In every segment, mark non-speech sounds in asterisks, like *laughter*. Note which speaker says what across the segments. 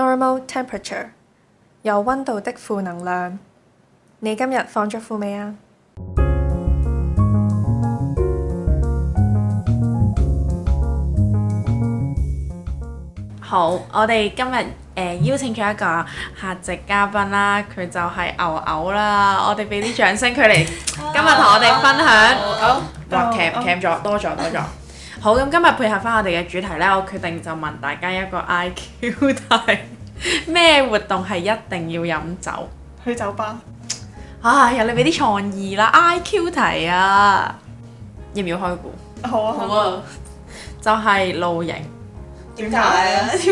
Speaker 1: normal temperature，有溫度的負能量。你今日放咗負未啊？
Speaker 2: 好，我哋今日誒、呃邀請咗一個客席嘉賓啦，佢就係牛牛啦，我哋俾啲掌聲佢 *laughs* 嚟，今日同我哋分享。好，哇 c a 咗，多咗多咗。好，咁今日配合翻我哋嘅主題呢，我決定就問大家一個 IQ 題， *laughs* 咩活動係一定要飲酒？
Speaker 3: 去酒吧，
Speaker 2: 唉呀，你俾啲創意啦，IQ 題啊，要唔要開估？
Speaker 3: 好啊好啊，
Speaker 2: 就係露 *laughs* 營。
Speaker 3: 點
Speaker 4: 啊？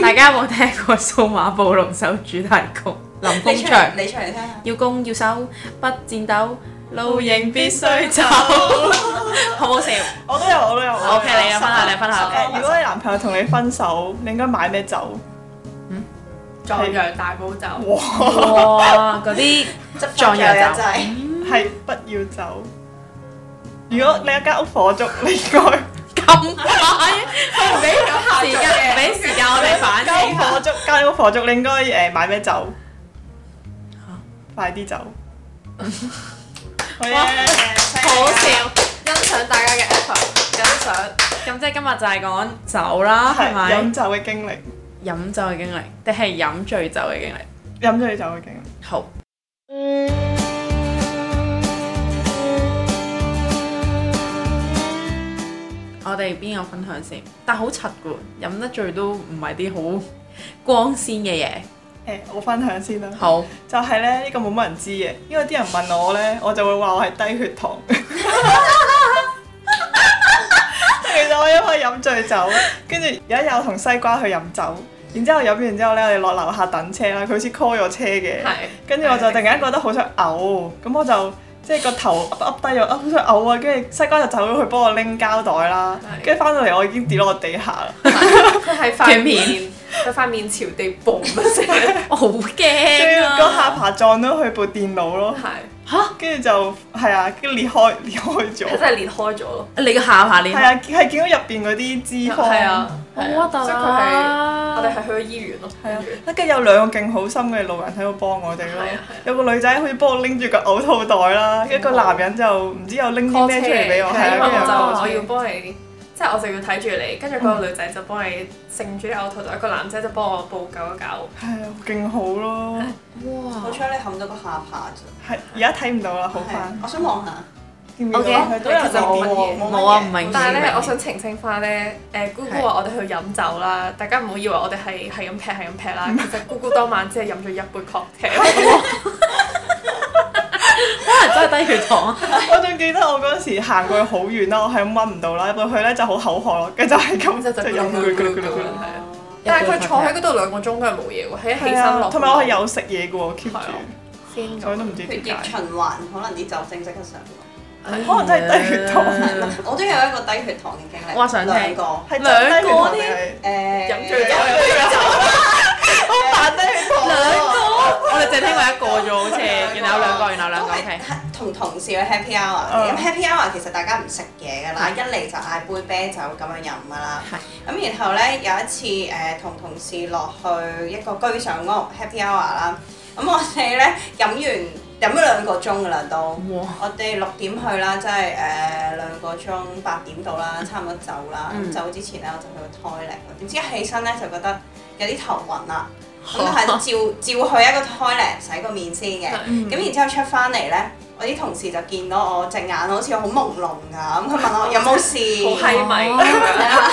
Speaker 2: 大家有冇聽過數碼暴龍首主題曲林
Speaker 4: 你
Speaker 2: 峰
Speaker 4: 出
Speaker 2: 唱
Speaker 4: 嚟，？你出嚟聽下。
Speaker 2: 要攻要守，不戰鬥，露營必須走。好好笑。
Speaker 3: 我都有我都有。我
Speaker 2: O K，你啊，分享你分
Speaker 4: 十
Speaker 2: 享。
Speaker 4: 啊
Speaker 3: 誒，如果你男朋友同你分手，你應該買咩酒？
Speaker 5: 壯陽大補酒，
Speaker 3: 哇，
Speaker 2: 哇！嗰啲
Speaker 4: 執
Speaker 2: 撞
Speaker 4: 咗
Speaker 2: 人就
Speaker 4: 仔，
Speaker 3: 係不要酒。如果你一間屋火燭，你應該
Speaker 2: *laughs* 咁快，俾時間，俾時間我哋反
Speaker 3: 間屋
Speaker 2: 應下。
Speaker 3: 火燭，間屋火燭，你應該誒買咩酒？快啲走！好嘢！
Speaker 2: 好好笑。
Speaker 4: 欣賞大家嘅 effort，欣賞。
Speaker 2: 咁即係今日就係講酒啦，係
Speaker 3: 係飲
Speaker 2: 咪？
Speaker 3: 酒嘅經歷，
Speaker 2: 飲酒嘅經歷，定係飲醉酒嘅經歷？
Speaker 3: 飲醉酒嘅經歷。
Speaker 2: 好。我哋邊個分享先？但好柒噶喎，飲得醉都唔係啲好 *laughs* 光鮮嘅嘢。
Speaker 3: 誒，我分享先啦。
Speaker 2: 好，
Speaker 3: 就係咧，呢個冇乜人知嘅，因為啲人問我咧，我就會話我係低血
Speaker 5: *laughs*
Speaker 3: 糖。其實我因為飲醉酒，跟住有一日我同西瓜去飲酒，然之後飲完之後咧，我哋落樓下等車啦，佢好似 call 咗車嘅，
Speaker 5: 係
Speaker 3: 跟住我就突然間覺得好想嘔，咁我就即係個頭噏噏低咗，啊好想嘔啊！跟住西瓜就走咗去幫我拎膠袋啦，
Speaker 5: 係
Speaker 3: 跟住翻到嚟我已經跌落個地下啦，
Speaker 5: 佢
Speaker 2: 斷
Speaker 5: 係塊
Speaker 2: 片
Speaker 5: 面，佢塊面朝地 boom 一聲，
Speaker 2: 我好
Speaker 3: 跟
Speaker 2: 驚
Speaker 3: 住個下
Speaker 2: 啊！
Speaker 3: 巴撞到去部電腦咯，
Speaker 5: 係
Speaker 3: 跟住就係啊，跟住裂開裂開咗
Speaker 5: 佢。 *laughs* 真係裂開咗咯，
Speaker 2: 你個下巴你
Speaker 3: 係啊，係見到入邊嗰啲脂肪，
Speaker 5: 係，啊，
Speaker 2: 好
Speaker 5: 係
Speaker 2: 核
Speaker 5: 啊
Speaker 2: 突
Speaker 5: 所以佢係我哋
Speaker 2: 啊！
Speaker 5: 係去咗醫院咯，
Speaker 3: 係啊
Speaker 5: 醫院，
Speaker 3: 跟住有兩個勁好心嘅路人喺度幫我哋咯
Speaker 5: 係啊係啊，
Speaker 3: 有個女仔好似幫我拎住個嘔吐袋啦，跟住個男人就唔知有拎啲咩出嚟俾我，係
Speaker 5: 係因為
Speaker 3: 啊，跟
Speaker 5: 我
Speaker 3: 住有
Speaker 5: 就我
Speaker 3: 個
Speaker 5: 要幫你，即係我就要睇住你，跟住嗰個女仔就幫你盛住啲嘔吐袋，個男仔就幫我補救一救。
Speaker 3: 係啊，勁好咯，
Speaker 4: 好彩你冚到個下巴啫。
Speaker 3: 係而家睇唔到啦，好
Speaker 4: 係
Speaker 3: 翻，
Speaker 4: 我想望下。
Speaker 3: 見唔見到啊
Speaker 2: OK，
Speaker 3: 係都有
Speaker 4: 其實冇乜
Speaker 3: 冇
Speaker 4: 嘢
Speaker 3: 冇
Speaker 2: 冇啊，唔明
Speaker 5: 但係
Speaker 2: 明
Speaker 5: 咧，我想澄清翻咧，誒姑姑話我哋去飲酒啦，大家唔好以為我哋係係咁劈係咁劈啦，其實姑姑當晚只係飲咗一杯 cocktail，
Speaker 2: 可能真係低血糖。啊
Speaker 3: 我仲記得我嗰時行過去好遠啦，我係咁揾唔到啦，入到去咧就好口渴咯，跟住就係咁
Speaker 5: 就
Speaker 3: 就
Speaker 5: 就
Speaker 3: 飲咕嚕咕嚕
Speaker 4: 哦
Speaker 3: 咕嚕咕嚕
Speaker 5: 係啊但係佢坐喺嗰度兩個鐘都係冇嘢喎，係一起
Speaker 3: 係
Speaker 5: 身
Speaker 3: 啊
Speaker 5: 落，，
Speaker 3: 同埋我係有食嘢嘅喎，keep
Speaker 5: 係啊
Speaker 3: 住，
Speaker 5: 先
Speaker 3: 所以都唔知
Speaker 4: 血
Speaker 3: 點
Speaker 4: 液
Speaker 3: 解。
Speaker 4: 循環，可能啲酒精即刻 *laughs* 上。
Speaker 3: 可能真係低血糖
Speaker 4: 我都有一個低血糖嘅經歷。
Speaker 2: 哇想聽
Speaker 4: 兩個。誒
Speaker 3: 係真低
Speaker 2: 兩
Speaker 3: 血糖
Speaker 2: 個
Speaker 3: 定
Speaker 2: 添
Speaker 3: 係
Speaker 4: 飲
Speaker 5: 飲醉酒，
Speaker 3: 我扮低血
Speaker 2: *laughs*
Speaker 3: 糖啊。
Speaker 2: 兩個， *laughs* 我哋淨係聽過一個啫，好似，然後兩個，然後兩個
Speaker 4: 都係
Speaker 2: ，OK。嗯
Speaker 4: 同同事去 happy hour 嘅，咁 happy hour 其實大家唔食嘢㗎啦，一嚟就嗌杯啤酒咁樣飲㗎啦。咁然後咧有一次誒同同事落去一個居上屋 happy hour 啦，咁我哋咧飲完飲咗兩個鐘㗎啦都。
Speaker 2: 哇！
Speaker 4: 我哋六點去啦，即係誒呃兩個鐘八點到啦，差唔多走啦。咁
Speaker 2: 嗯
Speaker 4: 走之前咧，我就去個 toilet，點知一起身咧就覺得有啲頭暈啦。咁但係
Speaker 2: 哦
Speaker 4: 照照去一個 toilet 洗個面先嘅。咁然之後出翻嚟咧，我啲同事就見到我隻眼好似好朦朧㗎，咁佢問我有冇事，
Speaker 2: *laughs*
Speaker 5: 好閪米
Speaker 2: 哦
Speaker 5: 咁樣，
Speaker 4: *laughs*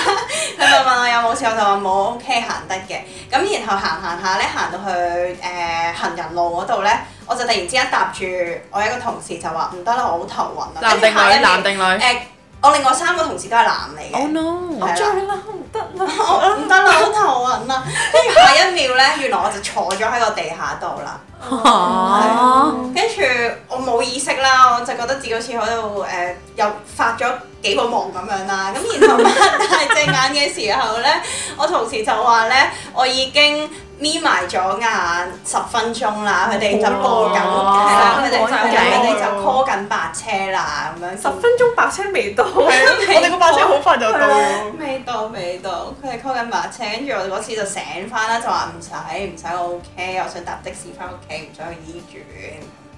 Speaker 4: 佢就問我有冇事，我就話冇，OK 行得嘅。咁然後行行下咧，行到去誒、呃行人路嗰度咧，我就突然之間搭住我一個同事就話唔得啦，我好頭暈啊。
Speaker 2: 男定
Speaker 4: 跟住下一
Speaker 2: 女？
Speaker 4: 秒
Speaker 2: 男定女
Speaker 4: 誒，我另外三個同事都係男嚟嘅。
Speaker 2: ？Oh no！
Speaker 4: 係啦
Speaker 5: 醉啦唔得啦，
Speaker 4: 我唔得啦，好頭暈啦！跟住下一秒咧，原來我就坐咗喺個地下度啦。
Speaker 2: 哦
Speaker 4: 跟住我冇意識啦，我就覺得自己好似喺度誒又發咗幾個夢咁樣啦。咁然後擘大隻眼嘅時候咧，我同事就話咧，我已經眯埋咗眼十分鐘啦，佢哋就播緊，係啦，佢哋就佢哋就 call 緊白車啦咁樣。
Speaker 5: 啊十分鐘白車未到， *laughs*
Speaker 3: 係我哋個把車好快就到。
Speaker 4: 未到未到，佢係 call 緊白車，跟住我嗰次就醒翻啦，就話唔使唔使，我 OK，我想搭的士翻屋企，唔想去醫院。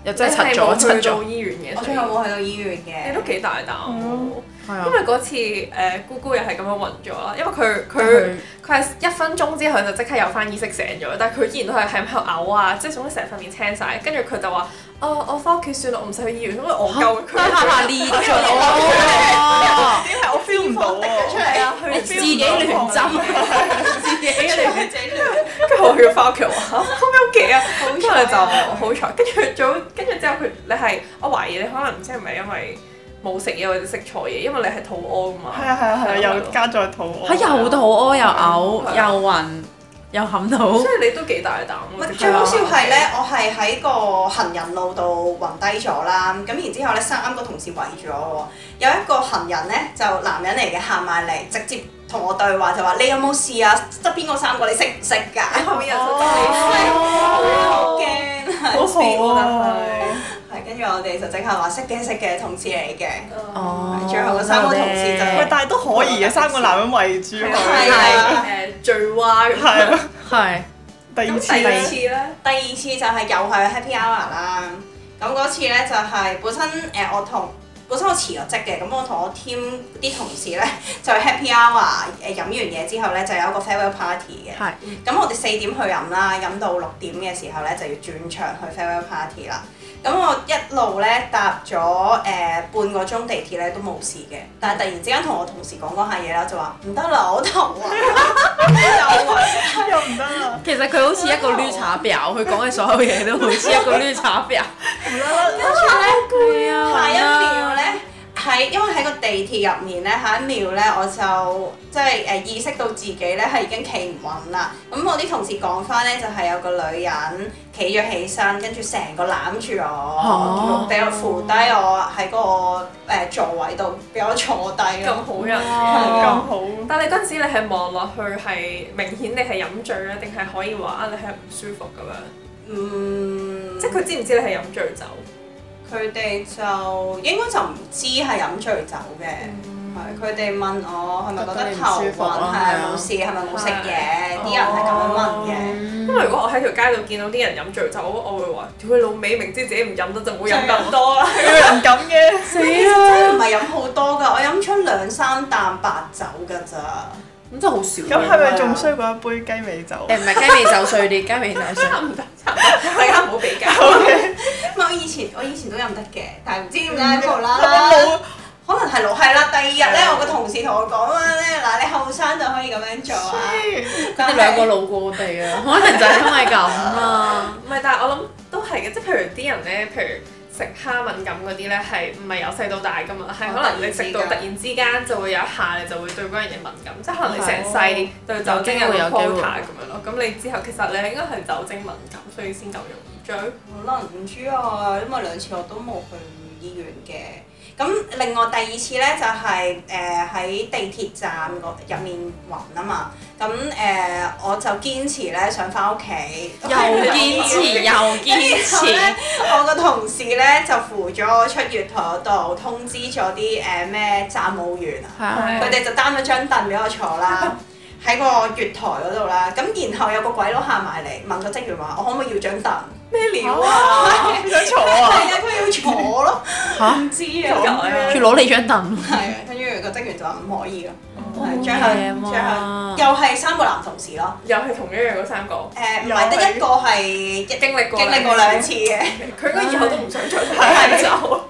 Speaker 2: 又真係柒咗
Speaker 5: 你係冇
Speaker 2: 柒
Speaker 5: 去到
Speaker 2: 咗，
Speaker 5: 醫院
Speaker 4: 我
Speaker 5: 嘅，
Speaker 4: 最後冇去到醫院嘅。
Speaker 5: 你都幾大膽喎。
Speaker 2: 係啊
Speaker 5: 因為嗰次誒、呃姑姑又係咁樣暈咗啦，因為佢佢
Speaker 2: 佢
Speaker 5: 佢係一分鐘之後就即刻有翻意識醒咗，但係佢依然都係喺度嘔啊，即係總之成塊面青晒。跟住佢就話：哦，我翻屋企算啦，我唔使去醫院，因為我夠佢
Speaker 2: 下下裂咗，
Speaker 3: 因為我 feel 唔到
Speaker 4: 出
Speaker 3: 喎。
Speaker 4: 嚟啊！
Speaker 5: 佢
Speaker 2: 你自己亂針，
Speaker 4: 自己嚟，自己嚟。
Speaker 5: 跟住我要翻屋企 *laughs* 我話翻屋企啊，跟住就好彩。跟住早，跟住之後佢你係我懷疑你可能唔知係咪因為冇食嘢或者食錯嘢，因為你係肚屙噶嘛。
Speaker 3: 係啊係啊係啊，又加咗啊肚
Speaker 2: 嚇
Speaker 3: 餓。
Speaker 2: 又肚屙又嘔又暈又冚到
Speaker 5: 所，以你都幾大膽
Speaker 4: 唔
Speaker 5: 喎。
Speaker 4: 係最好笑係咧，我係喺個行人路度暈低咗啦。咁然之後咧，三個同事圍住我喎，有一個行人咧就男人嚟嘅，行埋嚟直接同我對話，就話你有冇事啊？側邊嗰三個你識唔識㗎？後面人
Speaker 5: 哦
Speaker 3: 好
Speaker 4: 就好驚，係
Speaker 3: 好
Speaker 5: 哦
Speaker 3: 啊！
Speaker 4: 係跟住我哋就即刻話識嘅識嘅同事嚟嘅，
Speaker 2: 哦
Speaker 4: 最後嗰三個同事就
Speaker 3: 喂，但係都可以嘅，三個男人圍住
Speaker 5: 係
Speaker 3: 佢。
Speaker 5: 啊誒最蛙咁。
Speaker 3: 係啊，
Speaker 2: 係
Speaker 3: 第二次
Speaker 5: 咁第二次咧，
Speaker 4: 第二次就係又係 Happy Hour 啦。咁嗰次咧就係、本身誒、呃我同本身我辭咗職嘅，咁我同我 team 啲同事咧就去 Happy Hour 誒飲完嘢之後咧就有一個 farewell party 嘅。
Speaker 2: 係
Speaker 4: 咁我哋四點去飲啦，飲到六點嘅時候咧就要轉場去 farewell party 啦。咁我一路咧搭咗誒、呃半個鐘地鐵咧都冇事嘅，但係突然之間同我同事講嗰下嘢啦，就話唔得啦，我頭暈， *laughs* 又暈。
Speaker 3: 又哎唔得啊啦，
Speaker 2: 其實佢好似一個綠茶婊，佢講嘅所有嘢都好似一個綠茶婊。
Speaker 3: 無啦啦。
Speaker 2: 係
Speaker 4: 下一
Speaker 5: 啊
Speaker 4: 秒咧，喺因為喺個地鐵入面咧，下一秒咧我就即係誒意識到自己咧係已經企唔穩啦。咁我啲同事講翻咧，就係有個女人企咗起身，跟住成個攬住我
Speaker 2: 哦，
Speaker 4: 俾我扶低我喺個誒座位度，俾我坐低
Speaker 5: 咁
Speaker 4: 咯。
Speaker 5: 好人
Speaker 3: 咁
Speaker 5: 嘅。
Speaker 3: 好，
Speaker 5: 但你嗰陣時，你係望落去係明顯你係飲醉咧，定係可以話啊你係唔舒服咁樣？
Speaker 4: 嗯，
Speaker 5: 即係佢知唔知你係飲醉酒？
Speaker 4: 佢哋就應該就唔知係飲醉酒嘅。係佢哋問我係咪覺得頭
Speaker 3: 覺得你唔舒服
Speaker 4: 暈，
Speaker 3: 啊
Speaker 4: 係
Speaker 2: 係啊
Speaker 4: 啊
Speaker 2: 哦
Speaker 4: 冇事，係咪冇食嘢？
Speaker 5: 係
Speaker 4: 啲人係咁樣問嘅。
Speaker 5: 因為如果我喺條街度見到啲人飲醉酒，我我會話：屌佢老味，明知自己唔飲得就唔好飲咁多啦。
Speaker 3: 有人咁嘅，
Speaker 2: 死
Speaker 4: 啊真係唔
Speaker 2: 啦！
Speaker 4: 係飲好多㗎，我飲出兩三啖白酒㗎咋。
Speaker 2: 咁真係好少。
Speaker 3: 咁係咪仲衰過一杯雞尾酒？啊
Speaker 2: 誒唔係雞尾酒碎啲，雞尾酒碎。
Speaker 5: 唔得，差唔多，大家唔好比較。
Speaker 4: 唔係我以前我以前都飲得嘅，但係唔知點解無啦啦，
Speaker 3: 我
Speaker 4: 可能係老係啦。第二日咧，我個同事同我講話咧，嗱你後生就可以咁樣做啊。
Speaker 3: 冇，
Speaker 2: 佢哋兩個老過我哋啊，可能就係因為咁 *laughs* 啊。
Speaker 5: 唔係，但係我諗都係嘅，即係譬如啲人咧，譬如食蝦敏感嗰啲咧，係唔係由細到大噶嘛？
Speaker 2: 哦
Speaker 5: 係可能你食到
Speaker 4: 突
Speaker 5: 突
Speaker 4: 然
Speaker 5: 然之間就會有一下，你就會對嗰樣嘢敏感，即係可能你成
Speaker 3: 係
Speaker 5: 世對酒精有
Speaker 2: 哦有機
Speaker 5: 個
Speaker 2: 會有機會
Speaker 5: quota 咁樣咯。咁你之後其實你應該係酒精敏感，所以先咁容易醉。
Speaker 4: 可能唔知啊，因為兩次我都冇去醫院嘅。咁另外第二次咧就係誒喺地鐵站個入面暈啊嘛，咁誒、呃我就堅持咧想翻屋企，
Speaker 2: 又
Speaker 4: *laughs*
Speaker 2: 堅持又堅
Speaker 4: 然後
Speaker 2: 持，，
Speaker 4: 咧我個同事咧就扶咗我出月台嗰度，通知咗啲誒咩站務員啊，
Speaker 2: 係啊，
Speaker 4: 佢哋就擔咗張凳俾我坐
Speaker 2: *laughs*
Speaker 4: 啦，喺個月台嗰度啦。咁然後有個鬼佬行埋嚟問個職員話：我可唔可以要張凳？
Speaker 5: 咩料啊？
Speaker 3: 唔想坐
Speaker 4: 係
Speaker 3: 啊！
Speaker 4: 啊，佢要坐咯，
Speaker 2: 嚇
Speaker 4: 唔知啊咁樣。
Speaker 2: 要攞你張凳。
Speaker 4: 係啊，跟住個職員就話唔可以咯。
Speaker 3: 哦
Speaker 4: 係最後
Speaker 2: 嘢
Speaker 4: 最後
Speaker 2: 嘛
Speaker 4: 又係三個男同事咯。
Speaker 5: 又係同一樣嗰三個，
Speaker 4: 誒唔係得一個係一經
Speaker 5: 經歷過
Speaker 4: 歷過兩次嘅，啊
Speaker 5: 佢應該以後都唔想再飲酒。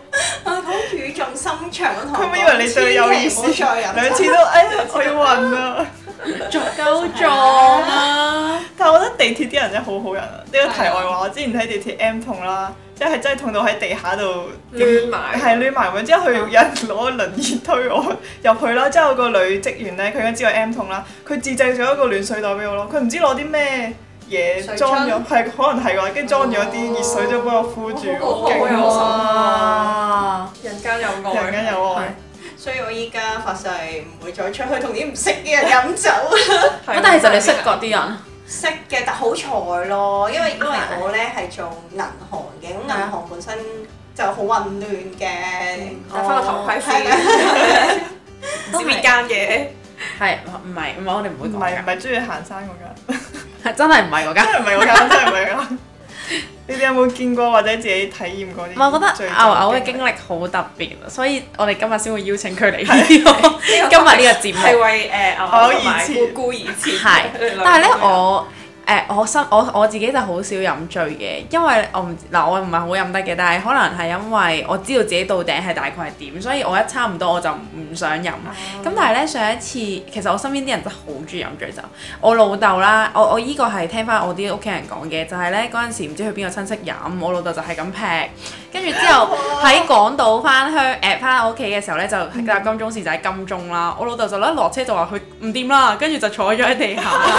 Speaker 4: 好語重心長咁同
Speaker 3: 啊
Speaker 4: 我
Speaker 3: 佢
Speaker 4: 講
Speaker 3: 咪以為你對有意思，
Speaker 4: 千祈唔好再飲酒
Speaker 3: 兩次都哎呀，我要暈啊啦！
Speaker 2: 足夠撞啦！
Speaker 3: 但係我覺得地鐵啲人真係好好人啊！呢個題外話，我之前喺地鐵 M 痛啦，即係真係痛到喺地下度
Speaker 2: 嗯
Speaker 5: 亂埋
Speaker 3: 係攣埋咁樣。之後佢有人攞輪椅推我入去啦，之後個女職員咧，佢已經知道 M 痛啦，佢自製咗一個暖水袋俾我咯，佢唔知攞啲咩。嘢
Speaker 4: 水
Speaker 3: 裝
Speaker 4: 樽
Speaker 3: 咗，係可能係啩，跟住裝咗啲熱水就幫我敷住，
Speaker 5: 哦
Speaker 3: 勁
Speaker 5: 好有心
Speaker 3: 啊！
Speaker 5: 人間有愛，
Speaker 3: 人間有愛，
Speaker 4: 所以我依家發誓唔會再出去同啲唔識嘅人飲酒。 *laughs*
Speaker 2: 咁但係其實你識嗰啲人，
Speaker 4: 識嘅，但好彩咯，因為
Speaker 3: 嗯
Speaker 4: 因為我咧係做銀行嘅，咁銀行本身就好混亂
Speaker 3: 嗯
Speaker 4: 嘅，
Speaker 5: 戴翻個頭盔先，唔知邊間嘅，
Speaker 2: 係唔係唔係我哋唔會
Speaker 3: 唔
Speaker 2: 講
Speaker 3: 係唔
Speaker 2: 㗎，
Speaker 3: 係中意行山嗰間，
Speaker 2: 係真係唔係嗰間
Speaker 3: 真。 *laughs* 係唔係嗰間，真係唔係嗰間。你哋有冇見過或者自己體驗過啲？
Speaker 2: 唔係我覺得牛牛嘅經歷好特別，所以我哋今日先會邀請佢嚟呢個今日呢個節
Speaker 5: 係
Speaker 2: 目。
Speaker 5: 為誒
Speaker 3: 偶
Speaker 5: 牛
Speaker 3: 爾
Speaker 5: 同埋
Speaker 3: 切
Speaker 5: 姑姑而設，
Speaker 2: 啊係，
Speaker 5: *laughs*
Speaker 2: 但係咧我誒、我身我我自己就好少飲醉嘅，因為我唔嗱我唔係好飲得嘅，但係可能係因為我知道自己到頂係大概係點，所以我一差唔多我就唔想飲。咁但係咧上一次，其實我身邊啲人真係好中意飲醉酒。我老豆啦，我我依個係聽翻我啲屋企人講嘅，就係咧嗰陣時唔知去邊個親戚飲，我老豆就係咁劈，跟住之後喺港島翻鄉誒翻我屋企嘅時候咧，就
Speaker 3: 嗯
Speaker 2: 搭金鐘線就喺金鐘啦。我老豆就一落車就話佢唔掂啦，跟住就坐咗喺地下
Speaker 3: *laughs*
Speaker 2: 啦。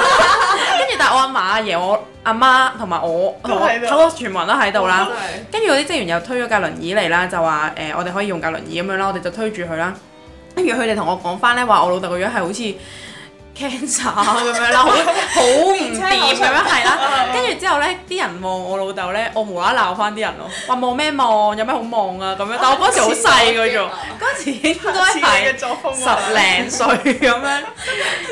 Speaker 2: 跟住但係我阿嫲、阿爺、我阿媽同埋我
Speaker 3: 都喺度
Speaker 2: 同我全部人都喺度啦。
Speaker 5: 真
Speaker 2: 跟
Speaker 5: 係
Speaker 2: 住嗰啲職員又推咗架輪椅嚟啦，就話誒、呃我哋可以用架輪椅咁樣啦，我哋就推住佢啦。跟住佢哋同我講翻咧話，我老豆個樣係好似 cancer 咁樣啦， *laughs* 好好唔掂咁樣 *laughs* 係啦。跟住之後咧，啲人望我老豆咧，我無啦啦鬧翻啲人咯，話望咩望，有咩好望啊咁樣。但我嗰時好細個啫 *laughs* 喎，嗰時應 *laughs*
Speaker 3: 似你
Speaker 2: 該
Speaker 3: 嘅作
Speaker 2: 係
Speaker 3: 風
Speaker 2: 十零歲咁樣。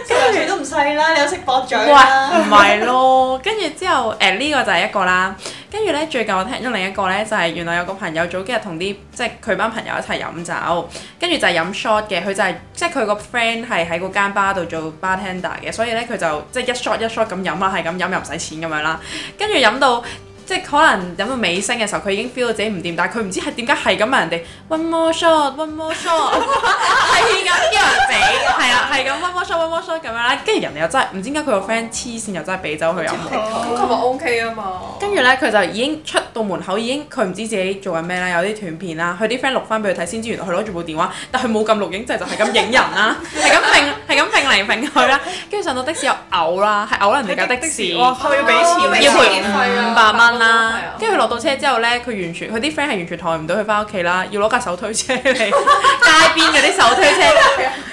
Speaker 4: 跟住都唔細啦，你又識駁嘴
Speaker 2: 喂，唔
Speaker 4: 啦，
Speaker 2: 係咯，跟住之後誒呢、個就係一個啦，跟住咧最近我聽咗另一個咧，就係、原來有個朋友早幾日同啲即係佢班朋友一齊飲酒，跟住就係飲 shot 嘅，佢就係、即係佢個 friend 係喺嗰間 bar 度做 bartender 嘅，所以咧佢就即係一 shot 一 shot 咁飲啦，係咁飲又唔使錢咁樣啦，跟住飲到。即係可能飲到尾聲嘅時候，佢已經 feel 到自己唔掂，但係佢唔知係點解係咁問人哋 one more shot，one more shot，係咁叫人俾，係啦，係咁 one more shot，one more shot 咁樣啦，跟住人哋又真係唔知點解佢個 friend 黐線又真係俾酒佢飲喎。
Speaker 5: 咁佢咪 OK 啊嘛，
Speaker 2: 跟住咧，佢就已經出到門口，已經佢唔知自己做緊咩啦，有啲斷片啦。佢啲 friend 錄翻俾佢睇，先知原來佢攞住部電話，但佢冇撳錄影掣，就係咁影人啦，係咁揈，係咁揈嚟揈去啦。跟住上到的士又嘔啦，係嘔人哋架的士，哦
Speaker 3: 哇！係咪要俾錢
Speaker 5: 啊
Speaker 3: 啊㗎？
Speaker 2: 要賠
Speaker 5: 五
Speaker 2: 五百蚊啦。跟住
Speaker 5: 啊
Speaker 2: 佢落到車之後咧，佢完全佢啲 friend 係完全抬唔到佢翻屋企啦，要攞架手推車嚟街邊嗰啲手推車。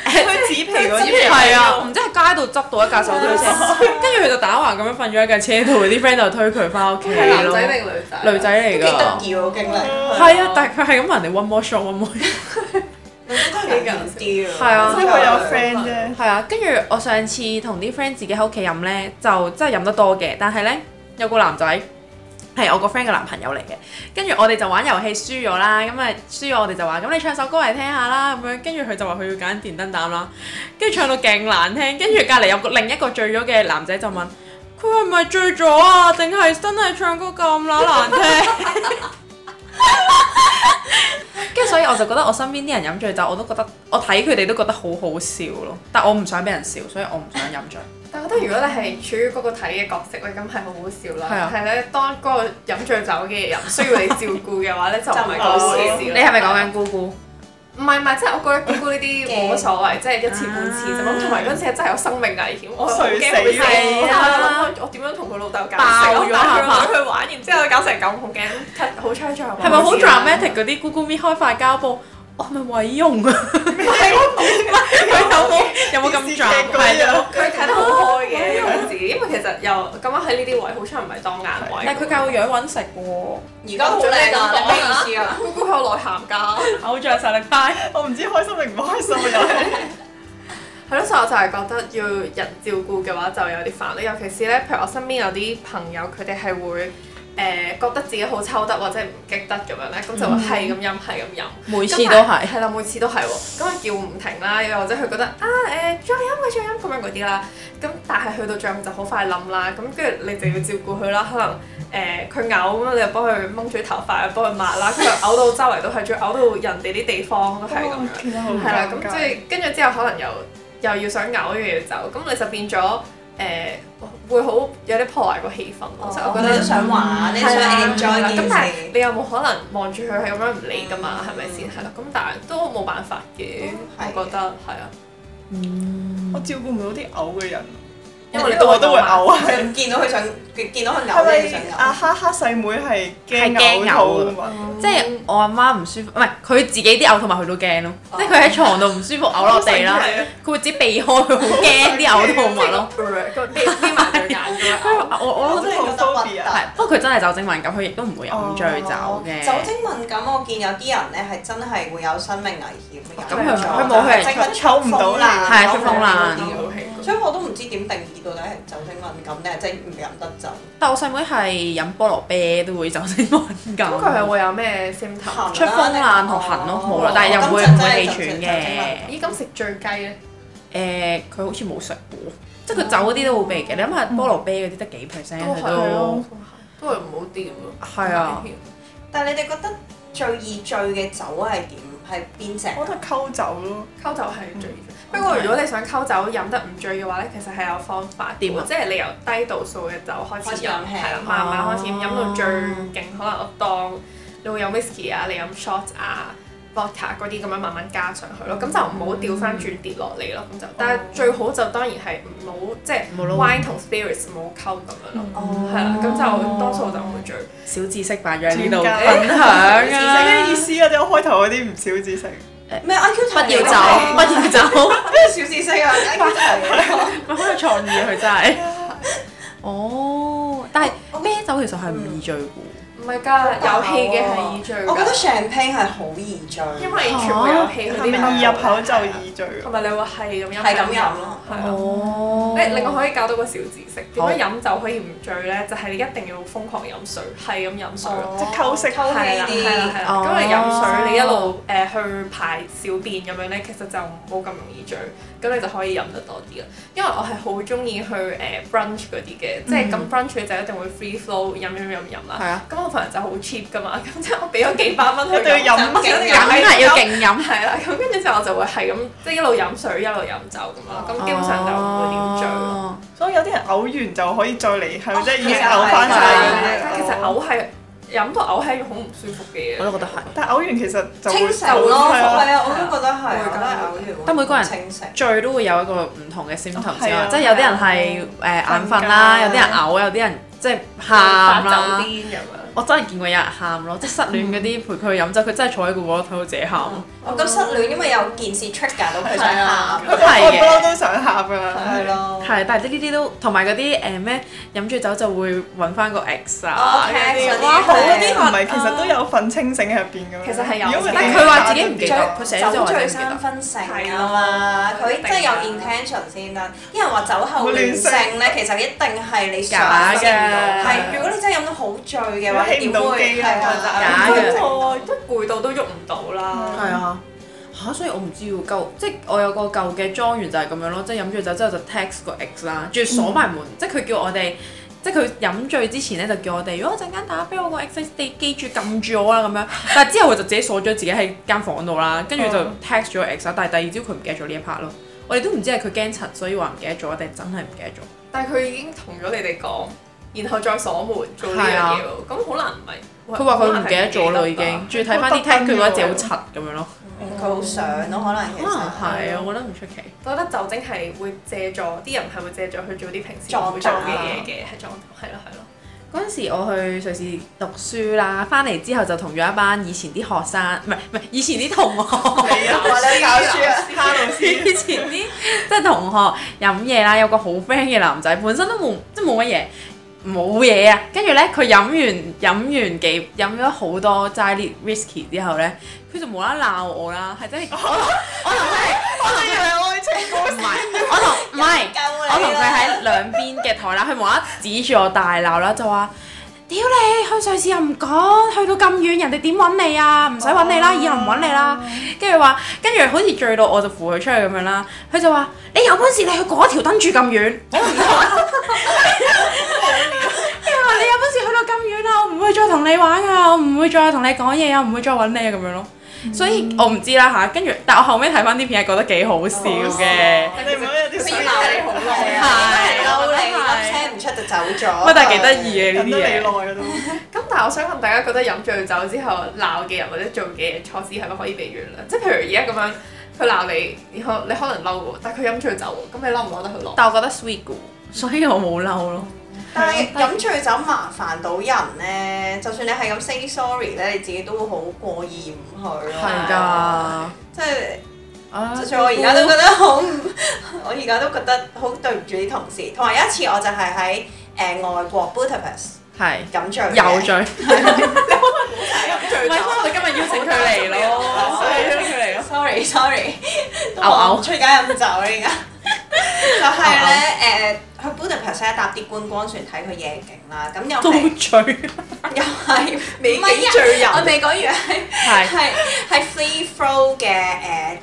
Speaker 3: 佢紙皮嗰啲
Speaker 2: *laughs*
Speaker 3: 嘢
Speaker 2: 係啊，唔知喺街度執到一架手推車，
Speaker 4: 哦
Speaker 2: 跟住佢就打橫咁樣瞓咗喺架車度，啲 friend 就推佢翻屋企
Speaker 5: 係男
Speaker 2: 咯
Speaker 5: 仔。定女仔？啊
Speaker 2: 女仔嚟
Speaker 4: 幾得
Speaker 2: 㗎，
Speaker 4: 意啊喎經歷，
Speaker 2: 係啊，但係佢係咁問人哋 one more shot one more，shot
Speaker 4: 女仔都係幾緊啲啊，
Speaker 2: 係啊
Speaker 3: 即係佢有 friend 啫，
Speaker 2: 係啊。跟住我上次同啲 friend 自己喺屋企飲咧，就真係飲得多嘅，但係咧有個男仔。係我個 friend 嘅男朋友嚟嘅，跟住我哋就玩遊戲輸咗啦，咁啊輸咗我哋就話咁你唱首歌嚟聽下啦，咁樣跟住佢就話佢要揀電燈膽啦，跟住唱到勁難聽，跟住隔離有個另一個醉咗嘅男仔就問佢係咪醉咗啊，定係真係唱歌咁乸難聽？跟住所以我就覺得我身邊啲人飲醉酒，我都覺得我睇佢哋都覺得好好笑咯，但我唔想俾人笑，所以我唔想飲醉。
Speaker 5: 但我覺得如果你係處於嗰個睇嘅角色咧，咁係好好笑啦。
Speaker 2: 係啊
Speaker 5: 但係咧，當嗰個飲醉酒嘅人需要你照顧嘅話咧，就唔係嗰回事。
Speaker 2: *laughs*
Speaker 4: 你
Speaker 2: 你係咪講緊？姑姑？
Speaker 5: 唔係唔係，即係我覺得姑姑呢啲冇乜所謂，即係一次半次啫嘛。咁同埋嗰陣時係真係有生命危險，我係好驚會死。
Speaker 2: 垂死啊
Speaker 5: 我我點樣同佢老豆搞
Speaker 2: 爆
Speaker 5: 成？
Speaker 2: 咗
Speaker 5: 我帶佢
Speaker 2: 係嘛
Speaker 5: 落去玩，然之後搞成咁，好驚。好彩最後
Speaker 2: 係咪好 dramatic 嗰啲姑姑咪開塊膠布？我係咪毀容 *laughs* 啊？佢有冇有冇咁
Speaker 3: 電視劇
Speaker 2: dramatic？
Speaker 3: 嗰啲
Speaker 2: 係
Speaker 3: 啊
Speaker 2: 咯
Speaker 5: 佢睇得好開嘅嗰陣時，因為其實又咁啱喺呢啲位，好彩唔係當眼位。
Speaker 2: 但係佢靠個樣揾食喎，
Speaker 4: 而家好靚啊，你咩意思啊？
Speaker 5: 姑姑好有內涵㗎。
Speaker 2: 偶像實力派。
Speaker 3: 我唔知開心定唔開心啊！又係。
Speaker 5: 係咯，所以我就係覺得要人照顧嘅話就有啲煩啦，尤其是咧，譬如我身邊有啲朋友，佢哋係會誒、呃、覺得自己好抽得或者唔激得咁樣咧，咁就會係咁飲係咁飲，
Speaker 2: 每
Speaker 5: 每
Speaker 2: 次都係。
Speaker 5: 係啦，每次都係喎，咁啊叫唔停啦，又或者佢覺得啊誒、再飲嘅再飲咁樣嗰啲啦，咁但係去到最後就好快冧啦，咁跟住你就要照顧佢啦，可能。誒佢嘔咁樣，你又幫佢掹住啲頭髮，又幫佢抹啦，佢又嘔到周圍都係，仲嘔到人哋啲地方都係咁樣。
Speaker 3: 其實好
Speaker 5: 係啦，咁
Speaker 3: 尷
Speaker 5: 即
Speaker 3: 尬
Speaker 5: 係跟住之後可能又又要想嘔又要走，咁你就變咗誒、呃會好有啲破壞個氣氛咯。所以我
Speaker 4: 我
Speaker 5: 覺
Speaker 4: 覺
Speaker 5: 得
Speaker 4: 得想玩，你想
Speaker 5: 係啦
Speaker 4: enjoy 呢
Speaker 5: 咁
Speaker 4: 件
Speaker 5: 但係
Speaker 4: 事。
Speaker 5: 你有冇可能望住佢係咁樣唔理㗎嘛？係咪先係啦？咁但係都冇辦法嘅，
Speaker 4: 係嘅
Speaker 5: 我覺得係啊。
Speaker 3: 我照顧唔到啲嘔嘅人，
Speaker 2: 因為
Speaker 3: 呢度我都會嘔啊！
Speaker 4: 佢唔見到佢想，佢見到
Speaker 3: 係
Speaker 4: 佢嘔你就
Speaker 3: 咪
Speaker 4: 想
Speaker 3: 啊
Speaker 4: 嘔。
Speaker 3: 哈哈細妹係驚
Speaker 2: 係驚嘔
Speaker 3: 嘔吐
Speaker 2: 啊
Speaker 3: 啊嘛？
Speaker 2: 即係嗯我阿媽唔舒服，唔係佢自己啲嘔吐物佢都驚咯，即係佢喺床度唔舒服嘔落地啦
Speaker 3: 好神奇啊，
Speaker 2: 佢會自己避開，佢好驚啲嘔吐物咯。
Speaker 5: 呃個眯眯埋對眼咁樣。
Speaker 2: 我我
Speaker 4: 真係覺得核
Speaker 2: 係啊
Speaker 5: 啊
Speaker 4: 突。，
Speaker 2: 不過佢真係酒精敏感，佢亦都唔會
Speaker 5: 哦
Speaker 2: 飲醉酒嘅。
Speaker 4: 酒精敏感，我見有啲人咧係真係會有生命危險嘅。
Speaker 2: 咁佢
Speaker 4: 飲醉
Speaker 2: 佢
Speaker 4: 咗
Speaker 2: 冇去
Speaker 4: 就係即刻
Speaker 3: 抽唔到
Speaker 4: 風啊
Speaker 3: 你
Speaker 4: 啦，
Speaker 2: 係
Speaker 4: 抽
Speaker 2: 出風啦
Speaker 4: 唔到
Speaker 5: 好氣
Speaker 4: 所以我都唔知點定義到底係酒精敏感定係真係唔飲得酒。
Speaker 2: 但我細妹係飲菠蘿啤都會酒精敏感。
Speaker 5: *laughs* 咁佢係會有咩 symptom？
Speaker 2: 出風爛同痕咯冇啦但係又唔會唔會氣喘嘅
Speaker 5: 咦，咁食醉雞咧？
Speaker 2: 誒，佢好似冇食過，即係佢酒嗰啲都好避嘅。你諗下菠蘿啤嗰啲得幾 percent
Speaker 5: 嗯都
Speaker 2: 佢
Speaker 5: 係咯
Speaker 2: 都，
Speaker 5: 都係唔好掂咯。
Speaker 2: 係啊，
Speaker 4: 但係你哋覺得最易醉嘅酒係點？係邊隻？
Speaker 3: 我覺得溝酒咯，
Speaker 5: 溝酒係最不過如果你想溝酒飲得唔醉嘅話咧，其實係有方法嘅
Speaker 2: 點啊
Speaker 5: 喎，即係你由低度數嘅酒開
Speaker 4: 開
Speaker 5: 始
Speaker 4: 始
Speaker 5: 飲，
Speaker 4: 飲氣
Speaker 5: 係啦，慢慢開始飲，飲到最
Speaker 2: 哦
Speaker 5: 勁，可能我當你會飲 whisky 啊，你飲 shot 啊。vodka 嗰啲咁樣慢慢加上去咯，咁就唔好掉翻轉跌落嚟咯，咁就，但係最好就當然係唔好即係
Speaker 2: 冇咯
Speaker 5: wine 同 spirits 冇溝咁樣咯，
Speaker 4: 哦
Speaker 5: 係啦，咁就多數就唔會醉。
Speaker 2: 小知識擺咗喺呢度
Speaker 3: 專家
Speaker 2: 分享
Speaker 3: 係咩意
Speaker 2: 啊！
Speaker 3: 思啊？即係我開頭嗰啲唔少知識，
Speaker 4: 咩 IQ
Speaker 2: 不
Speaker 4: 題
Speaker 2: 要
Speaker 4: 嚟
Speaker 5: *laughs*
Speaker 4: 㗎
Speaker 2: 走，不要走，
Speaker 4: *laughs* 咩小知識啊！IQ 題嚟㗎
Speaker 2: 佢好有創意啊佢真係。哦，但係啤酒其實係
Speaker 5: 嗯
Speaker 2: 唔易醉嘅
Speaker 5: 唔係㗎，有氣嘅係易醉
Speaker 4: 啊我覺得
Speaker 5: 㗎，
Speaker 4: champagne 係好易醉，
Speaker 5: 因為全部有氣嗰
Speaker 3: 係
Speaker 5: 啲啊
Speaker 3: 咪
Speaker 5: 咪
Speaker 3: 易入口就易醉
Speaker 5: 同
Speaker 3: 啊？
Speaker 5: 埋你會係咁飲，
Speaker 4: 係咁飲咯
Speaker 5: 係
Speaker 2: 喎。
Speaker 5: 啊。
Speaker 2: 哦
Speaker 5: 誒，另外可以教到個小知識，點
Speaker 2: 好
Speaker 5: 樣飲酒可以唔醉咧？就係你一定要瘋狂飲水，係咁飲水咯。
Speaker 3: 即係溝式
Speaker 4: 溝
Speaker 5: 係啦，係啦，
Speaker 4: 氣
Speaker 5: 係啦。
Speaker 2: 哦
Speaker 5: 咁你飲水，你一路誒去排小便咁樣咧，其實就冇咁容易醉，咁你就可以飲得多啲啦。因為我係好中意去誒 brunch 嗰啲嘅，即係咁 brunch 嘅就一定會 free flow 飲飲飲飲啦。
Speaker 2: 係啊，
Speaker 5: 咁我份人就好 cheap 噶嘛，咁即係我俾咗幾百蚊去
Speaker 3: 一定要飲
Speaker 5: 我就一定
Speaker 2: 梗
Speaker 5: 要
Speaker 2: 係要勁飲。
Speaker 5: 係啦，咁跟住之後我就會係咁，即係一路飲水一路飲酒咁啦，咁基本上就唔會點醉咯。
Speaker 2: 哦
Speaker 3: 所以有啲人嘔完就可以再嚟後，即係已經
Speaker 4: 其實
Speaker 3: 嘔翻
Speaker 4: 係
Speaker 3: 晒
Speaker 4: 㗎
Speaker 3: 啲
Speaker 5: 但
Speaker 3: 嘢
Speaker 5: 其實嘔係飲到嘔係一種好唔舒服嘅嘢。
Speaker 2: 我都覺得係。
Speaker 3: 但嘔完其實就會
Speaker 4: 清醒咯，
Speaker 3: 係啊
Speaker 4: 係啊，我都覺得係，
Speaker 5: 會㗎
Speaker 4: 我都係偶然會
Speaker 2: 但每個人
Speaker 4: 清醒。
Speaker 2: 醉都會有一個唔同嘅 symptom 先
Speaker 3: 係
Speaker 2: 啦
Speaker 3: 啊，
Speaker 2: 即係有啲人係誒眼瞓啦，有啲人嘔，有啲人即係
Speaker 5: 發
Speaker 2: 喊
Speaker 5: 酒
Speaker 2: 啦。
Speaker 5: 癲咁樣。
Speaker 2: 我真係見過有人喊咯，即係失戀嗰啲陪佢去飲酒，佢真係坐喺個角落睇到自己喊。
Speaker 4: 我咁失戀，因為有件事 trigger 到佢想
Speaker 5: 係
Speaker 4: 喊
Speaker 5: 啊，
Speaker 2: 都
Speaker 3: 我不嬲
Speaker 2: 係嘅，
Speaker 3: 都想喊㗎啦，
Speaker 4: 係咯。
Speaker 2: 係，但係呢啲都同埋嗰啲誒咩飲醉酒就會揾翻個 ex 啊
Speaker 4: 哦
Speaker 2: 嗰啲
Speaker 4: ，ex 嗰啲
Speaker 2: 哇
Speaker 4: 係
Speaker 2: 好
Speaker 3: 好嗰
Speaker 2: 嗰
Speaker 3: 啲
Speaker 2: 啲
Speaker 3: 唔係，其實都有份清醒喺入邊㗎嘛。
Speaker 5: 其實係有
Speaker 3: 如果
Speaker 2: 但
Speaker 3: 哋
Speaker 2: 佢話自己唔記得，
Speaker 3: 喊
Speaker 2: 佢寫咗就
Speaker 4: 酒
Speaker 2: 話自己
Speaker 4: 醉
Speaker 2: 唔記
Speaker 4: 三
Speaker 2: 得。
Speaker 4: 分醒啊嘛，
Speaker 5: 係咯
Speaker 4: 佢真係
Speaker 2: 啊
Speaker 4: 有 intention 先得。啲人話酒後亂性咧，其實一定係你想
Speaker 2: 假嘅
Speaker 4: 係如果你真係飲到好醉嘅話，你
Speaker 3: 起唔
Speaker 4: 點
Speaker 3: 到
Speaker 4: 會
Speaker 3: 機啦
Speaker 4: 係啊
Speaker 2: 假嘅
Speaker 5: 嘅，都攰到都喐唔到啦。
Speaker 2: 係啊，嚇！所以我唔知喎，舊即係我有個舊嘅莊園就係咁樣咯，即係飲醉酒之後就 text 個 ex 啦，仲要鎖埋門，即係佢叫我哋，即係佢飲醉之前咧就叫我哋，如果陣間打俾我個 ex，你記住撳住我啦咁 *laughs* 樣。但係之後佢就自己鎖咗自己喺間房度啦，跟住就 text 咗個 ex 啦，但係第二朝佢唔記得咗呢一 part 咯。我哋都唔知係佢驚塵，所以話唔記得咗，定係真係唔記得咗。
Speaker 5: 但係佢已經同咗你哋講，然後再鎖門做呢樣嘢喎，咁好難唔係。喂
Speaker 2: 啊佢話佢唔記得咗咯，已
Speaker 5: 好難
Speaker 2: 經。
Speaker 5: 係
Speaker 2: 仲要睇翻啲 text，佢覺得自己好柒咁樣咯。
Speaker 4: 佢好想咯，可能其
Speaker 2: 可能
Speaker 4: 實
Speaker 2: 係啊，我覺得唔出奇。
Speaker 5: 我覺得酒精係會借助啲人係會借助去做啲平時唔會做嘅
Speaker 2: 啊
Speaker 5: 嘢嘅，係撞係咯係咯。
Speaker 2: 嗰陣時我去瑞士讀書啦，翻嚟之後就同咗一班以前啲學生，唔係唔係以前啲同學，
Speaker 4: 我哋教書
Speaker 2: *laughs*
Speaker 4: 啊，
Speaker 3: 老師
Speaker 2: 以前啲即係同學飲嘢啦。有個好 friend 嘅男仔，本身都冇即係冇乜嘢，冇嘢啊。跟住咧，佢飲完飲完幾飲咗好多齋烈 whisky 之後咧，佢就無啦啦鬧我啦，係真係我我同
Speaker 3: 我哋以為愛情故
Speaker 2: 佢唔係我同唔係。
Speaker 4: 救
Speaker 2: 我同
Speaker 4: 你
Speaker 2: 佢
Speaker 4: 啦！
Speaker 2: 喺兩邊嘅台啦，佢無啦啦指住我大鬧啦，就話：屌你，去瑞士又唔講，去到咁遠，人哋點揾你啊？唔使揾你啦，以後唔揾你啦。跟住話，跟住好似醉到我就扶佢出去咁樣啦。佢就話：你有本事你去嗰條燈柱咁 *laughs* 遠，我唔同。跟住話你有本事去到咁遠啊啦，我唔會再同你玩噶，我唔會再同你講嘢啊，我唔會再揾你啊咁樣咯。所以我唔知啦吓，跟住但我後尾睇翻啲片係覺得幾好笑嘅。
Speaker 3: 你唔好有啲
Speaker 4: 佢
Speaker 3: 水
Speaker 4: 鬧
Speaker 3: 鬧你
Speaker 4: 你好
Speaker 3: 好
Speaker 4: 耐
Speaker 3: 耐
Speaker 4: 啊
Speaker 3: 啊，，
Speaker 4: 嬲你咁聽唔出就走咗。
Speaker 2: 乜啊但係幾得意嘅呢
Speaker 3: 忍得
Speaker 2: 啲
Speaker 3: 你
Speaker 2: 嘢
Speaker 3: 耐。咯。
Speaker 5: 咁但係我想問大家覺得飲醉酒之後鬧嘅人或者做嘅錯事係咪可以被原諒？即係譬如而家咁樣佢鬧你，然後你可能嬲喎，但係佢飲醉酒喎，咁你嬲唔嬲得佢落？
Speaker 2: 但我覺得 sweet 嘅喎所以我冇嬲咯。
Speaker 4: 但係飲醉酒麻煩到人咧，就算你係咁 say sorry 咧，你自己都會好過意唔去咯。
Speaker 2: 係㗎，
Speaker 4: 即係
Speaker 2: 啊
Speaker 4: 就算我而家都覺得好唔， *laughs* 我而家都覺得好對唔住啲同事。同埋有一次我就係喺誒外國 Budapest
Speaker 2: 係
Speaker 4: 飲醉嘅，
Speaker 2: 有罪，唔
Speaker 4: 飲醉
Speaker 2: 係，所以我哋今日邀請佢嚟咯，所以邀請佢嚟咯。
Speaker 4: sorry *laughs* sorry，
Speaker 2: 嘔嘔
Speaker 4: 出街飲酒啦 *laughs* 而家。就係咧誒，去 Budapest 咧搭啲觀光船睇佢夜景啦，咁
Speaker 2: *laughs*
Speaker 4: 又
Speaker 2: 都
Speaker 4: 係
Speaker 2: 醉，
Speaker 4: 又 *laughs* 係美
Speaker 5: 景醉人
Speaker 4: 我未講完係
Speaker 2: 係
Speaker 4: 係係 free flow 嘅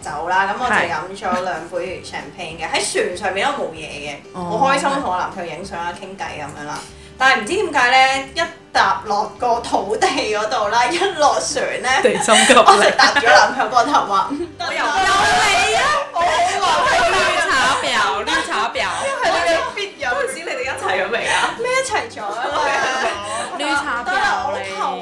Speaker 4: 誒酒啦，咁我
Speaker 2: 係
Speaker 4: 就飲咗兩杯 champagne 嘅，喺船上面都冇嘢嘅，
Speaker 2: 哦
Speaker 4: 好開心同我男朋友影相啊、傾偈咁樣啦。但係唔知點解咧，一踏落個土地嗰度啦， *laughs* 一落船咧，
Speaker 2: 地心吸
Speaker 4: 我就
Speaker 2: 力。
Speaker 4: 搭咗男朋友個頭話，
Speaker 2: *laughs*
Speaker 4: 嗯
Speaker 5: 我又
Speaker 4: 有你啊！我好愛
Speaker 2: 綠茶婊，綠茶婊，
Speaker 5: 必有嗰陣時，你哋一齊咗未啊？
Speaker 4: 咩一齊咗
Speaker 2: *laughs*
Speaker 4: 啊嘛！
Speaker 2: 綠茶婊嚟㗎，